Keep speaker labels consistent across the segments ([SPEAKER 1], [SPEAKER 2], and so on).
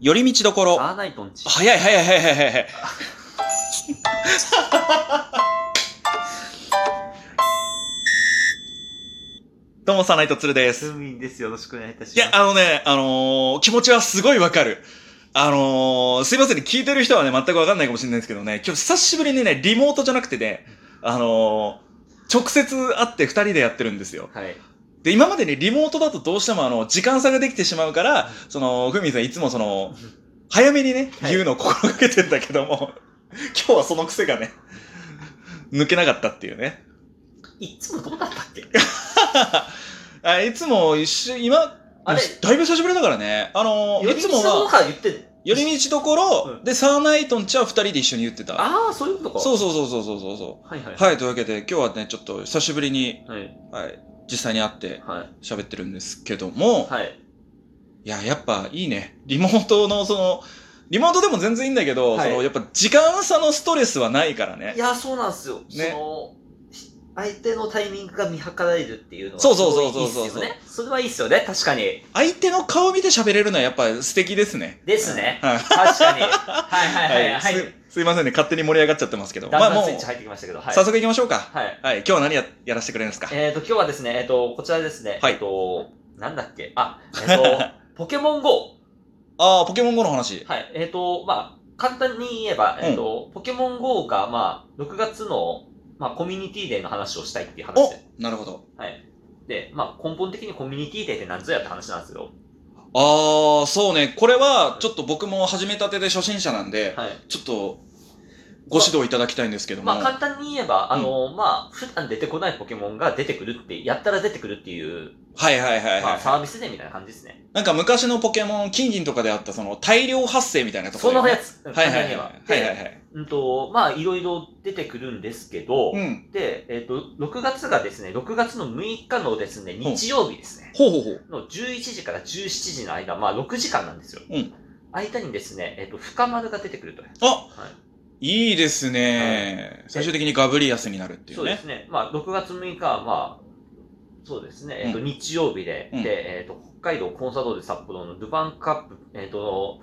[SPEAKER 1] 寄り道どころ。
[SPEAKER 2] アーナイトンチ。
[SPEAKER 1] 早い早い早い早い 早い。どうも、サナイトツルです。
[SPEAKER 2] スミンです。よろしくお願いいたし
[SPEAKER 1] いや、
[SPEAKER 2] ます。
[SPEAKER 1] あのね、あのー気持ちはすごいわかる。あのーすいませんね、聞いてる人はね、全くわかんないかもしれないですけどね、今日久しぶりにね、リモートじゃなくてね、あのー直接会って二人でやってるんですよ。
[SPEAKER 2] はい。
[SPEAKER 1] で、今までね、リモートだとどうしてもあの、時間差ができてしまうから、その、ふみさんいつもその、早めにね、
[SPEAKER 2] はい
[SPEAKER 1] 言うのを心がけてんだけども、 今日はその癖がね、抜けなかったっていうね。
[SPEAKER 2] いっつもどうだったっけ
[SPEAKER 1] あいつも一緒、今、
[SPEAKER 2] あれ
[SPEAKER 1] だいぶ久しぶりだからね。あのー、いつもは、
[SPEAKER 2] は言ってる。
[SPEAKER 1] 寄り道どころ、
[SPEAKER 2] うん
[SPEAKER 1] で、サーナイトンちは二人で一緒に言ってた。
[SPEAKER 2] ああ、そういうことか。。
[SPEAKER 1] そううそうそうそうそうそうそ。。
[SPEAKER 2] はいはいう
[SPEAKER 1] はい、というわけで、今日はね、ちょっと久しぶりに、
[SPEAKER 2] はい。
[SPEAKER 1] はい、実際に会って
[SPEAKER 2] はい。
[SPEAKER 1] 喋ってるんですけども、
[SPEAKER 2] はい。
[SPEAKER 1] いや、やっぱいいね。リモートのその、リモートでも全然いいんだけど、
[SPEAKER 2] はい
[SPEAKER 1] その、やっぱ時間差のストレスはないから
[SPEAKER 2] い
[SPEAKER 1] ね。
[SPEAKER 2] や、そうなんですよ。
[SPEAKER 1] ね
[SPEAKER 2] その、ひ相手のタイミングが見計らえるっていうのは、
[SPEAKER 1] そうそうそうそう
[SPEAKER 2] すごいいいっすよね。それはいいっすよね。確かに。
[SPEAKER 1] 相手の顔見て喋れるのはやっぱ素敵ですね。
[SPEAKER 2] ですね。
[SPEAKER 1] はい
[SPEAKER 2] 確かに。はいはいはいはい。
[SPEAKER 1] す。すいませんね、勝手に盛り上がっちゃってますけど。ま
[SPEAKER 2] だ
[SPEAKER 1] あ
[SPEAKER 2] んだ
[SPEAKER 1] も
[SPEAKER 2] ん
[SPEAKER 1] う
[SPEAKER 2] スイ、ッチ入ってきましたけど。はい。
[SPEAKER 1] 早速行きましょうか。
[SPEAKER 2] はい。
[SPEAKER 1] はい、今日は何や、やらせてくれるんですか
[SPEAKER 2] えっ、と、今日はですね、えっ、と、こちらですね、
[SPEAKER 1] はい
[SPEAKER 2] えっ、と、なんだっけ、あ、え っ、と、ポケモン GO。
[SPEAKER 1] ああ、ポケモン GO の話。
[SPEAKER 2] はい、えっ、と、まあ、簡単に言えば、えっ、と、ポケモン GO が、まあ、6月の、まあ、コミュニティデーの話をしたいっていう話
[SPEAKER 1] お
[SPEAKER 2] で。
[SPEAKER 1] なるほど。
[SPEAKER 2] はい。で、まあ、根本的にコミュニティデーって何ぞやって話なんですよ。
[SPEAKER 1] ああ、そうね。これは、ちょっと僕も始めたてで初心者なんで、
[SPEAKER 2] はい。
[SPEAKER 1] ちょっと、ご指導いただきたいんですけども。
[SPEAKER 2] まあ、簡単に言えば、あの、まあ、普段出てこないポケモンが出てくるって、やったら出てくるっていう、
[SPEAKER 1] はいはいはい
[SPEAKER 2] ま
[SPEAKER 1] は
[SPEAKER 2] あ、
[SPEAKER 1] い。
[SPEAKER 2] サービスデーみたいな感じですね。
[SPEAKER 1] なんか昔のポケモン、金銀とかであった、その、大量発生みたいなとこ
[SPEAKER 2] そ
[SPEAKER 1] ろ、
[SPEAKER 2] のや
[SPEAKER 1] つ。
[SPEAKER 2] つ、うん
[SPEAKER 1] はい
[SPEAKER 2] 簡
[SPEAKER 1] は
[SPEAKER 2] 単に
[SPEAKER 1] い
[SPEAKER 2] 言えば。
[SPEAKER 1] はい。はいはいはい。
[SPEAKER 2] で、うんと、まあ、いろいろ出てくるんですけど、
[SPEAKER 1] うん。
[SPEAKER 2] で、えっ、と、6月がですね、6月の6日のですね、日曜日ですね、
[SPEAKER 1] ほうほうほう。
[SPEAKER 2] の11時から17時の間、まあ6時間なんですよ。
[SPEAKER 1] うん
[SPEAKER 2] 間にですね、えっ、と、深丸が出てくると。
[SPEAKER 1] あ、、
[SPEAKER 2] はい
[SPEAKER 1] いですね、最終的にガブリアスになるってい
[SPEAKER 2] そううで
[SPEAKER 1] ね。
[SPEAKER 2] すね。まあ6月6日は、まあ、そうですね、えっ、と、
[SPEAKER 1] う
[SPEAKER 2] 日曜日で、
[SPEAKER 1] うん
[SPEAKER 2] で、えっ、と、北海道コンサドートで札幌のルヴァンカップ、えっ、と、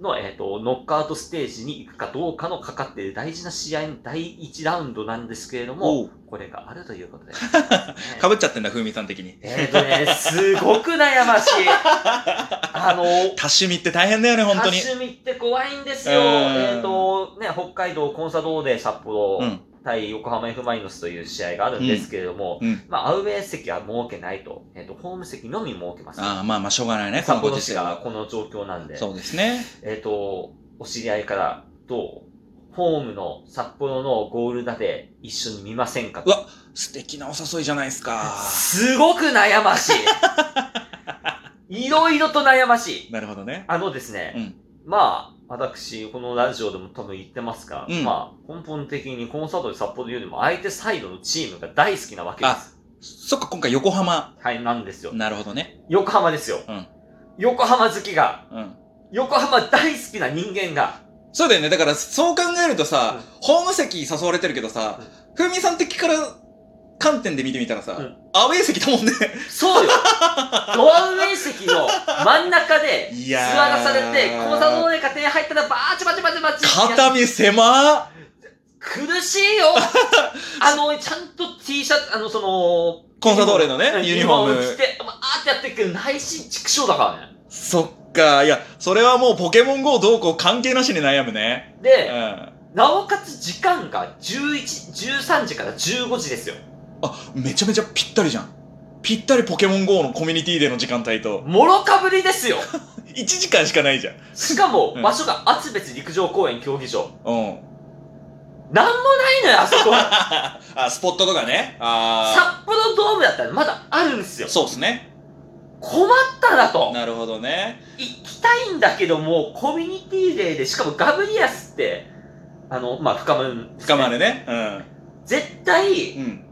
[SPEAKER 2] の、えっ、と、ノックアウトステージに行くかどうかのかかっている大事な試合の第1ラウンドなんですけれども、
[SPEAKER 1] おう
[SPEAKER 2] これがあるというこ とで。
[SPEAKER 1] かぶっちゃってんだ、風味さん的に。
[SPEAKER 2] えっ、とね、すごく悩ま しい。あ
[SPEAKER 1] 多
[SPEAKER 2] の、
[SPEAKER 1] 趣味って大変だよね、本当に。
[SPEAKER 2] 多趣味って怖いんですよ。
[SPEAKER 1] うん
[SPEAKER 2] えっ、と、ね、北海道コンサドーレ札幌
[SPEAKER 1] うん。
[SPEAKER 2] 対横浜 F ・マイノスという試合があるんですけれども、
[SPEAKER 1] うんうん
[SPEAKER 2] まあ、アウェー席は設けないと、えっ、と、ホーム席のみ設けます。
[SPEAKER 1] ああ、まあまあ、しょうがないね、こ
[SPEAKER 2] 札
[SPEAKER 1] のご
[SPEAKER 2] 幌
[SPEAKER 1] 時世
[SPEAKER 2] 市が
[SPEAKER 1] は。
[SPEAKER 2] この状況なんで、
[SPEAKER 1] そうですね。
[SPEAKER 2] えっ、と、お知り合いから、どうホームの札幌のゴールだで一緒に見ませんかと
[SPEAKER 1] うわ素敵なお誘いじゃないですか。
[SPEAKER 2] すごく悩まし い。いろいろと悩ましい。
[SPEAKER 1] なるほどね。
[SPEAKER 2] あのですね、
[SPEAKER 1] うん
[SPEAKER 2] まあ、私、このラジオでも多分言ってますが、
[SPEAKER 1] うん
[SPEAKER 2] まあ、根本的にコンサートで札幌よりも相手サイドのチームが大好きなわけです。
[SPEAKER 1] そっか、今回横浜。
[SPEAKER 2] はい、なんですよ。
[SPEAKER 1] なるほどね。
[SPEAKER 2] 横浜ですよ。
[SPEAKER 1] うん
[SPEAKER 2] 横浜好きが、
[SPEAKER 1] うん。
[SPEAKER 2] 横浜大好きな人間が、
[SPEAKER 1] そうだよね。だから、そう考えるとさ、
[SPEAKER 2] う
[SPEAKER 1] ホーム席誘われてるけどさ、ふみさん的から観点で見てみたらさ、
[SPEAKER 2] うん
[SPEAKER 1] アウェー席だもんね。
[SPEAKER 2] そう よドアウェイ席の真ん中で
[SPEAKER 1] い
[SPEAKER 2] 座
[SPEAKER 1] やー
[SPEAKER 2] らされて、コンサートの中手入ったらバーチバチバチバチ
[SPEAKER 1] 肩身狭っ
[SPEAKER 2] 苦し いよあの、ちゃんと T シャツ、あの、その、
[SPEAKER 1] コンサドーレの
[SPEAKER 2] うん
[SPEAKER 1] ね、ユニフォー
[SPEAKER 2] 着
[SPEAKER 1] ム。
[SPEAKER 2] て、まああーってやってるけど、内心畜生だからね。
[SPEAKER 1] そっか、いや、それはもうポケモン GO どうこう関係なしに悩むね。う
[SPEAKER 2] で、
[SPEAKER 1] ん。
[SPEAKER 2] なおかつ時間が11、13時から15時ですよ。
[SPEAKER 1] あ、めちゃめちゃぴったりじゃん。ぴったりポケモン GO のコミュニティでの時間帯と、
[SPEAKER 2] もろかぶりですよ。
[SPEAKER 1] 1時間しかないじゃん。
[SPEAKER 2] しかも
[SPEAKER 1] う、ん
[SPEAKER 2] 場所が厚別陸上公園競技場。
[SPEAKER 1] うん。
[SPEAKER 2] なんもないのよ、あ そこ。札
[SPEAKER 1] あ、スポットとかね。あ
[SPEAKER 2] 幌ドームだったらまだあるんです
[SPEAKER 1] あ。
[SPEAKER 2] よ。
[SPEAKER 1] そうですね。
[SPEAKER 2] 困ったなと。
[SPEAKER 1] なるほどね。
[SPEAKER 2] 行きたいんだけども、コミュニティデーで、しかもガブリアスって、あの、まあ、深まるんですね、
[SPEAKER 1] 深まるね。う
[SPEAKER 2] 絶対、
[SPEAKER 1] ん。うん。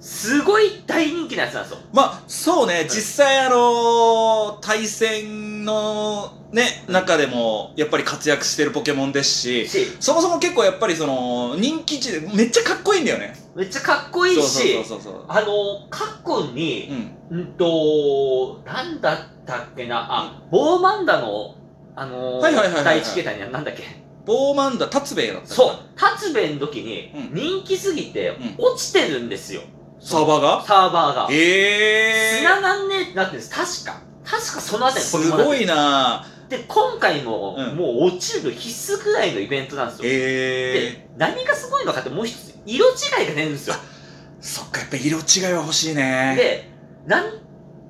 [SPEAKER 2] すごい大人気なやつなんですよ。
[SPEAKER 1] まあ、そうね、実際あのー対戦のね、中でも、やっぱり活躍してるポケモンですし、
[SPEAKER 2] し、
[SPEAKER 1] そもそも結構やっぱりその、人気値で、めっちゃかっこいいんだよね。
[SPEAKER 2] めっちゃかっこいいし、
[SPEAKER 1] そうそうそうそう。
[SPEAKER 2] あの、過去に
[SPEAKER 1] う、ん。
[SPEAKER 2] うんと、なんだったっけな、あ、ボーマンダのあのー
[SPEAKER 1] はいはいはいはいはい
[SPEAKER 2] 第一形態にはなんだっけ
[SPEAKER 1] ボーマンダ、達兵衛だった。
[SPEAKER 2] そう達兵衛の時に
[SPEAKER 1] うん
[SPEAKER 2] 人気すぎて
[SPEAKER 1] う
[SPEAKER 2] 落ちてるんですよ、
[SPEAKER 1] サーバーが
[SPEAKER 2] サーバーが
[SPEAKER 1] ええ
[SPEAKER 2] 繋がんねえってなってるんです確か確かその
[SPEAKER 1] ー。
[SPEAKER 2] あたり
[SPEAKER 1] すご
[SPEAKER 2] い
[SPEAKER 1] いな
[SPEAKER 2] で今回も、
[SPEAKER 1] うん
[SPEAKER 2] もう落ちる必須くらいのイベントなんですよ、
[SPEAKER 1] ええ
[SPEAKER 2] で何がすごいのかってもう一つ色違いが出るんですよ
[SPEAKER 1] ー。そっか、やっぱ色違いは欲しいね。
[SPEAKER 2] でなん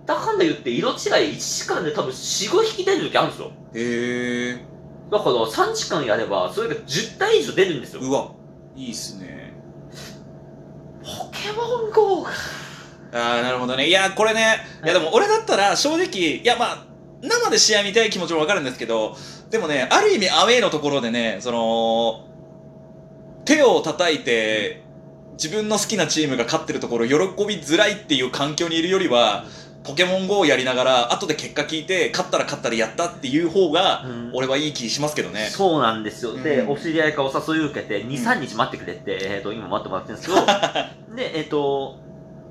[SPEAKER 2] だかんだ言って色違い1時間で多分45匹出る時あるんですよ
[SPEAKER 1] ええ
[SPEAKER 2] だから3時間やればそれが10体以上出るんですよ
[SPEAKER 1] ー。うわ、いいっすね。
[SPEAKER 2] ポケモン GO が
[SPEAKER 1] ああ、なるほどね。いや、これね、いや、でも俺だったら正直、いや、まあ、生で試合見たい気持ちもわかるんですけど、でもね、ある意味アウェイのところでね、その、手を叩いて、自分の好きなチームが勝ってるところ、喜びづらいっていう環境にいるよりは、ポケモン GO をやりながら、後で結果聞いて、勝ったら勝ったでやったっていう方が、俺はいい気しますけどね。
[SPEAKER 2] そうなんですよ、で
[SPEAKER 1] うん
[SPEAKER 2] お知り合いからお誘い受けて23日待ってくれって、えー、と今待ってもらってるんです けどでえっ、と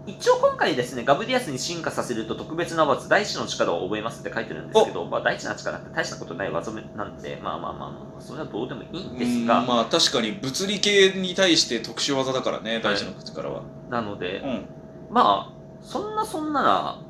[SPEAKER 2] 一応今回ですね、ガブディアスに進化させると特別な技、大地の力を覚えますって書いてるんですけど、まあ大地の力って大したことない技なんで、まあまあまあまあ、それはどうでもいいんです
[SPEAKER 1] うん
[SPEAKER 2] が、
[SPEAKER 1] まあ確かに物理系に対して特殊技だからね、大事な力は。
[SPEAKER 2] なので、
[SPEAKER 1] うん。
[SPEAKER 2] まあ、そんなそんなな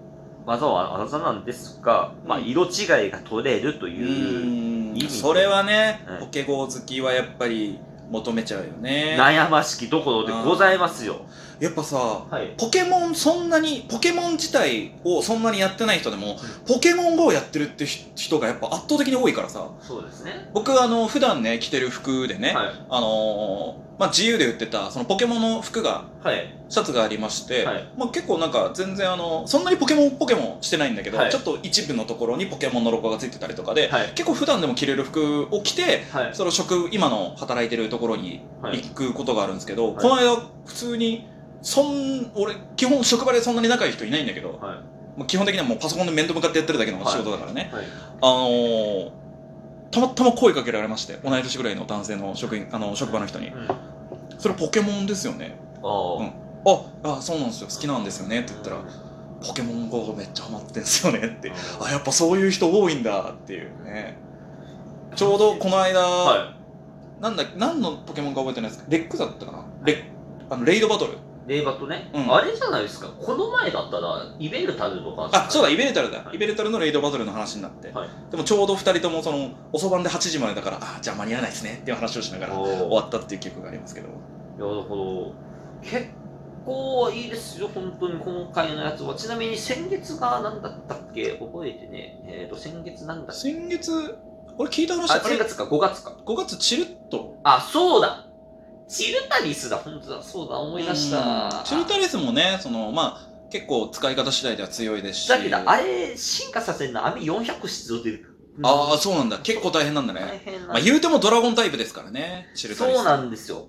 [SPEAKER 2] 技は技なんですが、まあ、色違いが取れるという、
[SPEAKER 1] うん
[SPEAKER 2] 意味で
[SPEAKER 1] それはね、
[SPEAKER 2] はい
[SPEAKER 1] ポケゴー好きはやっぱり求めちゃうよね
[SPEAKER 2] 悩ましきところでございますよ。
[SPEAKER 1] やっぱさ
[SPEAKER 2] はい。
[SPEAKER 1] ポケモンそんなにポケモン自体をそんなにやってない人でもポケモン GO やってるってひ人がやっぱ圧倒的に多いからさ
[SPEAKER 2] そうですね。
[SPEAKER 1] 僕あの普段ね着てる服でね、
[SPEAKER 2] はい。
[SPEAKER 1] あのーまあ、自由で売ってたそのポケモンの服が
[SPEAKER 2] はい。
[SPEAKER 1] シャツがありまして、
[SPEAKER 2] はい。
[SPEAKER 1] まあ、結構なんか全然あのそんなにポケモンポケモンしてないんだけど、
[SPEAKER 2] はい
[SPEAKER 1] ちょっと一部のところにポケモンのロゴがついてたりとかで、
[SPEAKER 2] はい。
[SPEAKER 1] 結構普段でも着れる服を着て
[SPEAKER 2] はい。
[SPEAKER 1] その職今の働いてるところに
[SPEAKER 2] はい
[SPEAKER 1] 行くことがあるんですけど、
[SPEAKER 2] はい
[SPEAKER 1] この間普通にそん俺基本職場でそんなに仲いい人いないんだけど、
[SPEAKER 2] はい。
[SPEAKER 1] もう基本的にはもうパソコンで面と向かってやってるだけの
[SPEAKER 2] はい
[SPEAKER 1] 仕事だからね、
[SPEAKER 2] はい。
[SPEAKER 1] あのーたまたま声かけられまして同い年ぐらいの男性の職員あの職場の人に
[SPEAKER 2] うん。あ
[SPEAKER 1] 「それポケモンですよね」
[SPEAKER 2] あ。
[SPEAKER 1] うんあ「あそうなんですよ好きなんですよね」って言ったら「ポケモン GO めっちゃハマってんすよね」ってあやっぱそういう人多いんだっていうねちょうどこの間、
[SPEAKER 2] は
[SPEAKER 1] なんだ何のポケモンか覚えてないですかレックだったかなレッあのレイドバトル
[SPEAKER 2] い。レイバットね、
[SPEAKER 1] うん
[SPEAKER 2] あれじゃないですか。この前だったら、イベールタルとか。
[SPEAKER 1] あそうだイベレタルだ
[SPEAKER 2] はい
[SPEAKER 1] イベレタルのレイドバトルの話になって、
[SPEAKER 2] はい
[SPEAKER 1] でもちょうど2人ともその遅番で8時までだからあじゃあ間に合わないですねっていう話をしながら
[SPEAKER 2] お
[SPEAKER 1] 終
[SPEAKER 2] ー
[SPEAKER 1] わったっていう記憶がありますけど
[SPEAKER 2] いや、だから、結構いいですよ、本当に今回のやつは。ちなみに先月が何だったっけ覚えてね。えっ、と、先月なんだっけ
[SPEAKER 1] 先月俺聞いた話
[SPEAKER 2] あ、
[SPEAKER 1] あれ
[SPEAKER 2] 先月か、5月か。
[SPEAKER 1] 5月チルッと
[SPEAKER 2] あ、そうだチルタリスだ、本当だ、そうだ、思い出した
[SPEAKER 1] うん。チルタレスもねそのまあ結構使い方次第では強いですし
[SPEAKER 2] だけど、あれ、進化させるの網400出動で。
[SPEAKER 1] あーそうなんだ結構大変なんだね、
[SPEAKER 2] 大変なん
[SPEAKER 1] まあ、言うてもドラゴンタイプですからねチルタレス
[SPEAKER 2] そうなんですよ。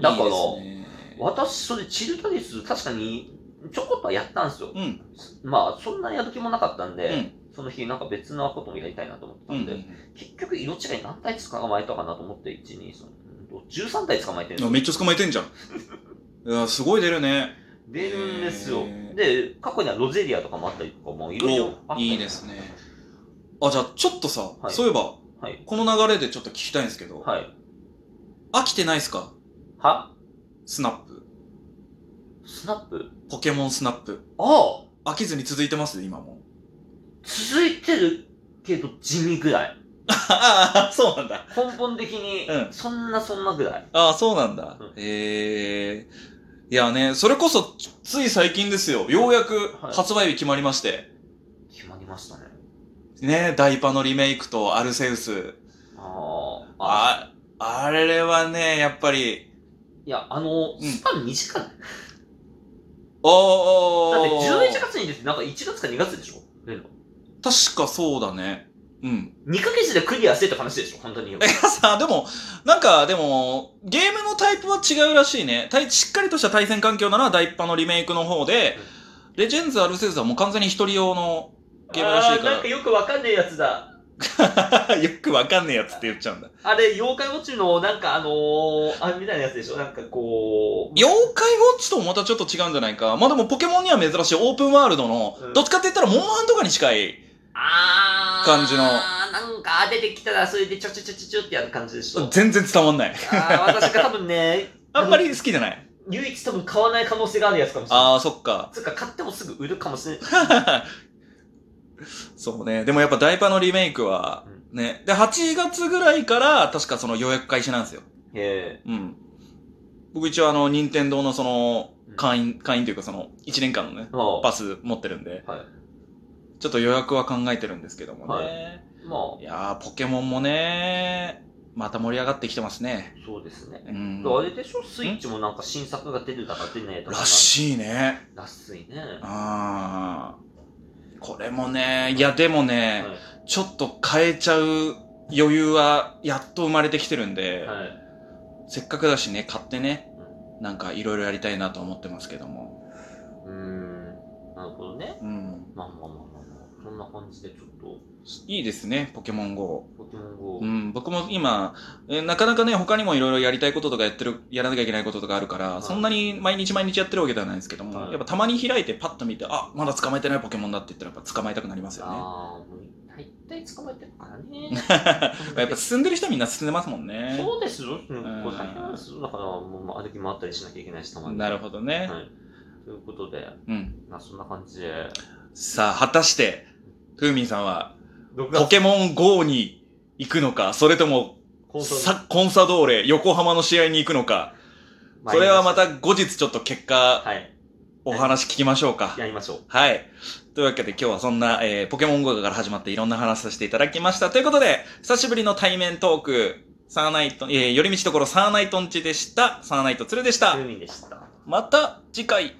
[SPEAKER 2] だから、
[SPEAKER 1] いいですね
[SPEAKER 2] 私、それ、チルタリス、確かに、ちょこっとはやったんですよ。
[SPEAKER 1] うん
[SPEAKER 2] まあ、そんなやる気もなかったんで、
[SPEAKER 1] うん
[SPEAKER 2] その日、なんか別なこともやりたいなと思ってた
[SPEAKER 1] うんん
[SPEAKER 2] で、結局、色違い何体捕まえたかなと思って、1、2、3、13体捕まえてるんです
[SPEAKER 1] あ
[SPEAKER 2] よ。
[SPEAKER 1] めっちゃ捕まえてんじゃん。 いや、すごい出るね。
[SPEAKER 2] 出るんですよ
[SPEAKER 1] へ。ー
[SPEAKER 2] で、過去にはロゼリアとかもあったりとか、もういろいろあった
[SPEAKER 1] お
[SPEAKER 2] り
[SPEAKER 1] いいですね。あ、じゃあ、ちょっとさ、
[SPEAKER 2] はい
[SPEAKER 1] そういえば、
[SPEAKER 2] はい。
[SPEAKER 1] この流れでちょっと聞きたいんですけど、
[SPEAKER 2] はい。
[SPEAKER 1] 飽きてないですか
[SPEAKER 2] は
[SPEAKER 1] スナップ。
[SPEAKER 2] スナップ
[SPEAKER 1] ポケモンスナップ。
[SPEAKER 2] ああ
[SPEAKER 1] 飽きずに続いてます今 も。
[SPEAKER 2] 続いてるけど地味ぐらい。
[SPEAKER 1] ああ、そうなんだ。
[SPEAKER 2] 根本的に
[SPEAKER 1] う、ん
[SPEAKER 2] そんなそんなぐらい。
[SPEAKER 1] ああ、そうなんだ
[SPEAKER 2] うん。
[SPEAKER 1] ええいやね、それこそ、つい最近ですよ。ようやく
[SPEAKER 2] はい
[SPEAKER 1] 発売日決まりまして。
[SPEAKER 2] 決まりましたね。
[SPEAKER 1] ね、ダイパのリメイクとアルセウス。
[SPEAKER 2] ああ。あ
[SPEAKER 1] あ、あれはね、やっぱり、
[SPEAKER 2] いや、あの、
[SPEAKER 1] ん
[SPEAKER 2] スパン2時間。だって
[SPEAKER 1] おー。
[SPEAKER 2] 11月に出て、なんか1月か2月でしょ出るの
[SPEAKER 1] 確かそうだね。うん。
[SPEAKER 2] ?2 ヶ月でクリアしてって話でしょ本当に。
[SPEAKER 1] いやさ、でも、なんか、でも、ゲームのタイプは違うらしいね。対しっかりとした対戦環境なら、ダイッパのリメイクの方で、レジェンズ・アルセウスはもう完全に一人用の ゲームらしいか
[SPEAKER 2] あーなんかよくわかんねえやつだ。
[SPEAKER 1] ら。よくわかんねえやつって言っちゃうんだ。
[SPEAKER 2] あれ、妖怪ウォッチの、なんかあのー、あれみたいなやつでしょなんかこう。
[SPEAKER 1] 妖怪ウォッチともまたちょっと違うんじゃないか。まあでも、ポケモンには珍しいオープンワールドの
[SPEAKER 2] うん、
[SPEAKER 1] どっちかって言ったら、モンハンとかに近い。
[SPEAKER 2] あー。
[SPEAKER 1] 感じの
[SPEAKER 2] なんか出てきたら、それでちょちょちょちょちょってやる感じでしょ。
[SPEAKER 1] 全然伝わんない。
[SPEAKER 2] あー私が多分ね、
[SPEAKER 1] あんまり好きじゃない。
[SPEAKER 2] 唯一多分買わない可能性があるやつかもしれない。
[SPEAKER 1] ああ、そっか。
[SPEAKER 2] つうか、買ってもすぐ売るかもしれない。
[SPEAKER 1] そうね。でもやっぱダイパのリメイクは、ね。で、8月ぐらいから、確かその予約開始なんですよ。
[SPEAKER 2] え
[SPEAKER 1] うん。僕一応あの、任天堂のその、会員、会員というかその、1年間のね
[SPEAKER 2] え、まあ、
[SPEAKER 1] パス持ってるんで、
[SPEAKER 2] はい
[SPEAKER 1] ちょっと予約は考えてるんですけどもね。、
[SPEAKER 2] はいまあ、
[SPEAKER 1] やー、ポケモンもね、また盛り上がってきてますね。
[SPEAKER 2] そうですね。
[SPEAKER 1] うん。
[SPEAKER 2] あれでしょスイッチもなんか新作が出てたか出ないとから
[SPEAKER 1] しいね。
[SPEAKER 2] い。らしいね。
[SPEAKER 1] あーこれもね、いやでもね、
[SPEAKER 2] は
[SPEAKER 1] ちょっと変えちゃう余裕はやっと生まれてきてるんで、
[SPEAKER 2] い。はい。
[SPEAKER 1] せっかくだしね、買ってね、なんかいろいろやりたいなと思ってますけども。
[SPEAKER 2] うーん。なるほどね。
[SPEAKER 1] うん。
[SPEAKER 2] まあまあまあまあまあ。そんな感じでちょっと、
[SPEAKER 1] いいですね、ポケモン GO。
[SPEAKER 2] ポケモン GO。
[SPEAKER 1] うん、僕も今、えなかなかね、他にもいろいろやりたいこととかやってる、やらなきゃいけないこととかあるから、
[SPEAKER 2] はい
[SPEAKER 1] そんなに毎日毎日やってるわけではないんですけども、
[SPEAKER 2] はい
[SPEAKER 1] やっぱたまに開いてパッと見て、あ、まだ捕まえてないポケモンだって言ったらやっぱ捕まえたくなりますよね。
[SPEAKER 2] ああ、もう大体捕まえてるからね。
[SPEAKER 1] まあ やっぱ進んでる人はみんな進んでますもんね。
[SPEAKER 2] そうですよ。これ大変なんですよ。だから、もう歩き回ったりしなきゃいけないし、たまに。
[SPEAKER 1] なるほどね。
[SPEAKER 2] はい。ということで、
[SPEAKER 1] うん。
[SPEAKER 2] まあそんな感じで、
[SPEAKER 1] さあ、果たして、ふーみんさんは、
[SPEAKER 2] 6
[SPEAKER 1] ポケモン GO に行くのか、それとも、
[SPEAKER 2] 放送
[SPEAKER 1] さコンサドーレ、横浜の試合に行くのか、それはま、た後日ちょっと結果、
[SPEAKER 2] はい。
[SPEAKER 1] お話聞きましょうか。
[SPEAKER 2] やりましょう。
[SPEAKER 1] はい。というわけで今日はそんな、えー、ポケモン GO から始まっていろんな話させていただきました。ということで、久しぶりの対面トーク、サーナイトン、えー、寄り道ところサーナイトンチでした。サーナイトツルでした
[SPEAKER 2] ル。ミでした。
[SPEAKER 1] また次回。